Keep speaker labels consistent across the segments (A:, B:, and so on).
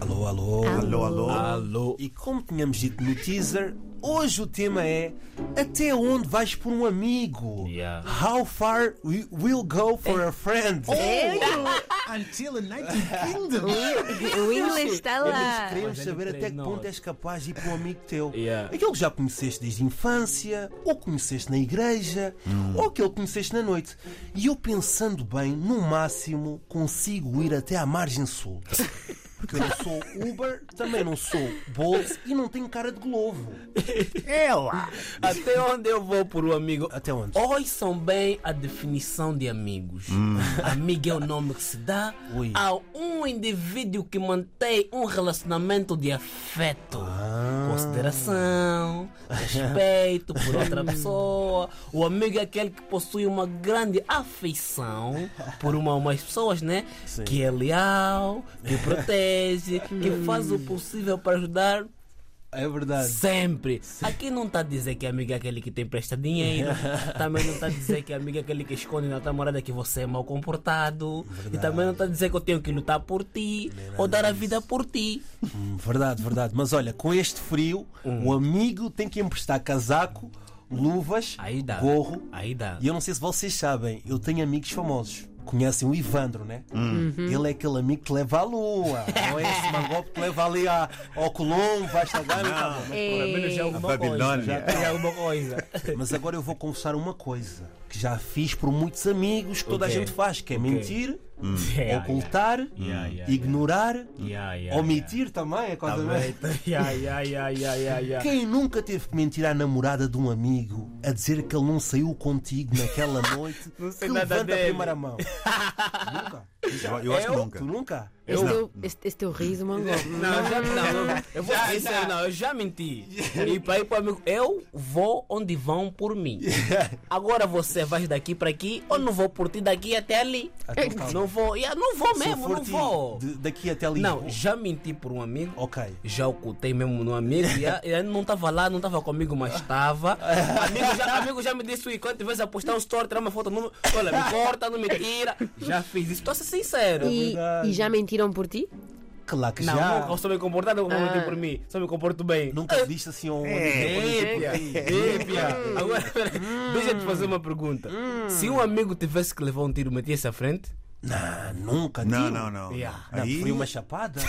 A: Alô, alô.
B: Alô, alô.
A: Alô. E como tínhamos dito no teaser, hoje o tema é Até onde vais por um amigo?
C: Yeah.
A: How far we will go for a friend?
B: Until 1900.
D: O inglês está lá.
A: Queremos
C: Mas ainda
A: saber
C: creio
A: até que
C: é nós.
A: ponto és capaz de ir para um amigo teu.
C: Yeah.
A: Aquele que já conheceste desde a infância, ou conheceste na igreja,
B: Hum.
A: ou aquele que conheceste na noite. E eu pensando bem, no máximo consigo ir até à margem sul. Porque eu não sou Uber, também não sou Bolt e não tenho cara de globo.
B: Ela.
C: Até onde eu vou por um amigo?
A: Até onde?
C: Ouçam bem a definição de amigos. Amigo é o nome que se dá
A: Ui.
C: a um indivíduo que mantém um relacionamento de afeto,
A: Ah.
C: consideração, respeito por outra pessoa. O amigo é aquele que possui uma grande afeição por uma ou mais pessoas, né? Que é leal, que protege, que faz o possível para ajudar
A: É verdade.
C: Sempre. Aqui não está a dizer que amigo é aquele que te empresta dinheiro. também não está a dizer que amigo é aquele que esconde na tua morada que você é mal comportado. E também não está a dizer que eu tenho que lutar por ti ou dar a vida por ti.
A: Hum, Verdade, verdade. Mas olha, com este frio,
C: Hum.
A: o amigo tem que emprestar casaco, luvas,
C: Aí dá.
A: gorro.
C: Aí dá.
A: E eu não sei se vocês sabem, eu tenho amigos famosos. Conhecem o Ivandro, né?
C: Uhum.
A: Ele é aquele amigo que leva à lua. Não é esse mangope que leva ali a, ao Colombo, vai Instagram e tá bom.
C: Pelo menos já é
D: Ei,
C: alguma
B: Babilônia.
C: coisa. Já é alguma coisa.
A: Mas agora eu vou confessar uma coisa que já fiz por muitos amigos, que toda
C: Ok.
A: a gente faz, que é
C: Ok.
A: mentir,
C: Hum. Yeah,
A: Hum. ocultar,
C: Yeah, yeah,
A: ignorar,
C: yeah, yeah,
A: omitir também, é quase
C: yeah. Yeah, yeah, yeah, yeah, yeah, yeah.
A: Quem nunca teve que mentir à namorada de um amigo a dizer que ele não saiu contigo naquela noite
C: Não sei
A: que
C: nada
A: levanta
C: dele.
A: a primeira mão? nunca?
B: Eu, eu acho que nunca.
A: É Tu nunca?
D: Este teu- este- este teu riso, Mangope.
C: Não, já, não, eu vou ser sincero, não, eu já menti. E para ir para o amigo, eu vou onde vão por mim. Agora você vai daqui para aqui, eu não vou por ti daqui até ali.
A: Então tá bom.
C: Não vou, yeah, não vou
A: Se
C: mesmo,
A: for
C: não
A: ti,
C: vou.
A: de- daqui até ali.
C: Não, já menti por um amigo.
A: Ok.
C: Já ocultei mesmo no amigo, e a- ele não estava lá, não estava comigo, mas estava. Amigo já, amigo já me disse "Ui, quantas vezes a postar um story, tirar uma foto, não, olha, me corta, não me tira. Já fiz isso, estou a ser sincero.
D: E, e já mentiram por ti?
A: Claro que
C: Não,
A: já.
C: nunca eu só me comportar, não vou mentir por mim. Só me comporto bem.
A: Nunca viste assim um
C: É, Épia, épia. Agora, pera, deixa eu te fazer uma pergunta.
A: Hum,
C: Se um amigo tivesse que levar um tiro, metia-se à frente?
A: Não, nunca.
B: Não,
A: tio.
B: não, não.
C: Yeah.
A: Não,
B: Aí,
A: Foi uma chapada?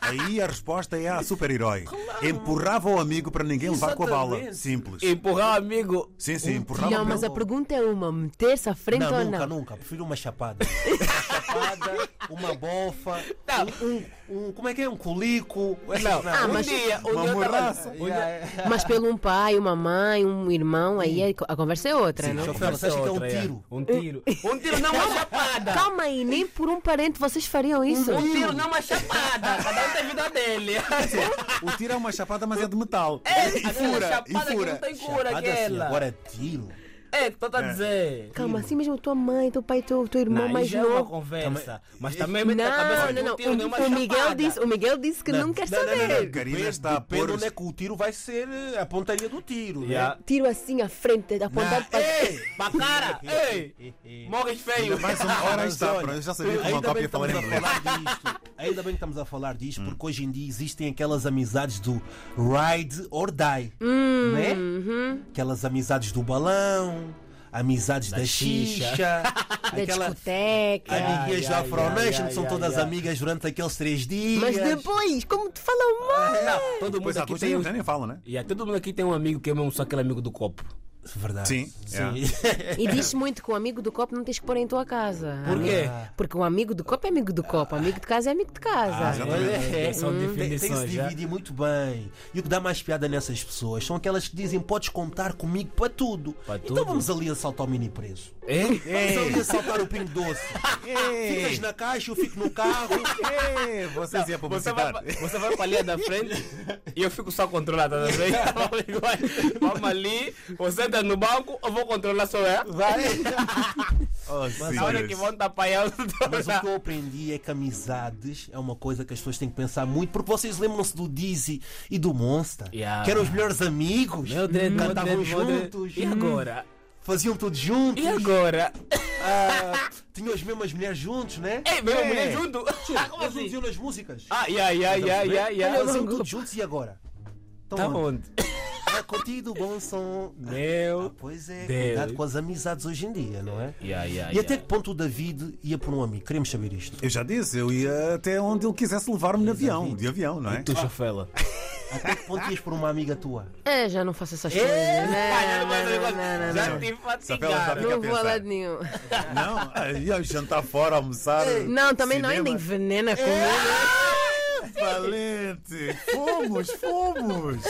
B: aí a resposta é a super-herói. Empurrava o amigo para ninguém levar com a bala.
A: Exatamente.
B: Simples.
C: Empurrar o amigo.
B: Sim, sim, empurrava
D: Não,
B: para-
D: mas a pergunta é uma: meter-se à frente
A: não,
D: ou
A: nunca,
D: não?
A: nunca. Prefiro uma chapada. Uma chapada, uma bofa, um, um, um- Como é que é? Um colico.
C: Não,
A: Essas
C: ah, um
D: mas-
C: dia, um
B: Uma
C: dia eu tava-
B: mordaça.
C: um dia-
A: Yeah.
D: Mas pelo um pai, uma mãe, um irmão, aí a- a conversa é outra, não?
A: Chofer, você acha que é um
C: Outra, é.
A: tiro?
C: Um tiro. Um tiro não é uma chapada.
D: Calma aí, nem por um parente vocês fariam isso.
C: Um tiro não é uma chapada. Cada um tem a vida dele.
B: O tiro é uma chapada, mas é de metal.
C: É,
B: fura,
C: aquela
B: e
C: chapada que
B: fura.
C: não tem cura,
A: Chapada, assim,
C: aquela.
A: agora é tiro.
C: É, tu tá a dizer.
D: Calma, assim mesmo tua mãe, teu pai, teu, teu irmão
C: Não,
D: mais
C: isso é uma
D: novo.
C: conversa. Mas também
D: Não,
C: mete a cabeça
D: não,
C: num
D: não.
C: tiro, não é
D: O,
C: uma
D: o Miguel
C: chapada.
D: disse, o Miguel disse que não, quer saber.
B: A Karina está a
A: Depende
B: pôr.
A: onde é que o tiro vai ser eh, a pontaria do tiro,
C: Yeah.
A: né?
D: Tiro assim à frente, apontado
C: Ah,
D: para.
C: Ei, pra cara! Ei! Morres feio!
B: Mais uma hora
A: Mas
B: está.
A: olha,
B: pronto, Eu já sabia que
A: ainda bem
B: uma cópia ia
A: que
B: falar em
A: estamos a
B: inglês.
A: falar disto. Ainda bem que estamos a falar disto, porque hoje em dia existem aquelas amizades do ride or die, né? Aquelas amizades do balão, amizades da,
C: xixa.
A: xixa,
D: Da
A: aquela
D: discoteca.
A: amiguinhas
C: Ya,
A: da
C: ya,
A: Afro
C: ya,
A: Nation, que são
C: ya,
A: todas
C: ya.
A: amigas durante aqueles três dias.
D: Mas depois, como te falam mal?
C: Ah, Não, todo
B: Pois
C: mundo
B: há
C: aqui
B: coisas
C: tem
B: que
C: um...
B: nem falam, né?
C: Yeah, todo mundo aqui tem um amigo que é mesmo só aquele amigo do copo.
A: É Verdade.
B: Sim,
D: E diz muito que o amigo do copo não tens que pôr em tua casa.
C: Por quê?
D: Porque o amigo do copo é amigo do copo, amigo de casa é amigo de casa.
B: exatamente.
C: É, são
D: Hum,
A: Tem, tem que se
C: definições né? já.
A: dividir muito bem. E o que dá mais piada nessas pessoas são aquelas que dizem: podes contar comigo para tudo.
C: Para
A: então
C: tudo.
A: vamos ali assaltar o mini preso.
C: É?
A: Vamos ali assaltar o pingo doce. Ficas na caixa, eu fico no carro.
B: Ei, vocês iam
C: Você vai,
B: publicitar.
C: você vai pra linha da frente e eu fico só controlado, tá vendo? Vamos ali, você entra no banco, eu vou controlar só eu.
B: Oh,
C: Na hora que
B: serious.
C: vão tapar eu. tô
A: Mas o
C: lá.
A: que eu aprendi é que amizades é uma coisa que as pessoas têm que pensar muito, porque vocês lembram-se do Dizzy e do Monster,
C: Yeah.
A: que eram os melhores amigos,
C: Meu Deus, meu
A: tá cantavam
C: Deus, meu Deus.
A: juntos,
C: E agora?
A: faziam tudo juntos.
C: E agora?
A: Ah, Tinham as mesmas mulheres juntos, né? é
C: Ei, meu,
B: É.
C: mulher junto! Ah, como
A: Eles
C: assim?
A: produziam nas músicas.
C: Ah, yeah, yeah, yeah, yeah, yeah.
A: Eles são todos juntos e agora? Então,
C: Tá
A: onde?
C: onde?
A: Ah, contigo, bom som. Ah,
C: Meu.
A: pois é,
C: Deus.
A: cuidado com as amizades hoje em dia, não é?
C: Yeah, yeah,
A: E até
C: yeah.
A: que ponto o David ia por um amigo? Queremos saber isto.
B: Eu já disse, eu ia até onde ele quisesse levar-me de avião, de avião, não é?
C: Tu, chafela.
A: Até que ponto ias por uma amiga tua?
D: Ah, já não faço essas coisas.
C: É, já não
D: Não,
C: vai fazer
D: não, não,
C: negócio.
D: não,
C: Já
D: não,
C: te
B: Chafela já fica
C: fatigaram.
B: a
D: não. Não vou a
B: pensar.
D: lado nenhum.
B: Não, ah, ia jantar fora, almoçar.
D: Não, também não, é ainda
B: cinema.
D: envenena
C: É,
D: comigo.
B: Valente! Fomos, fomos!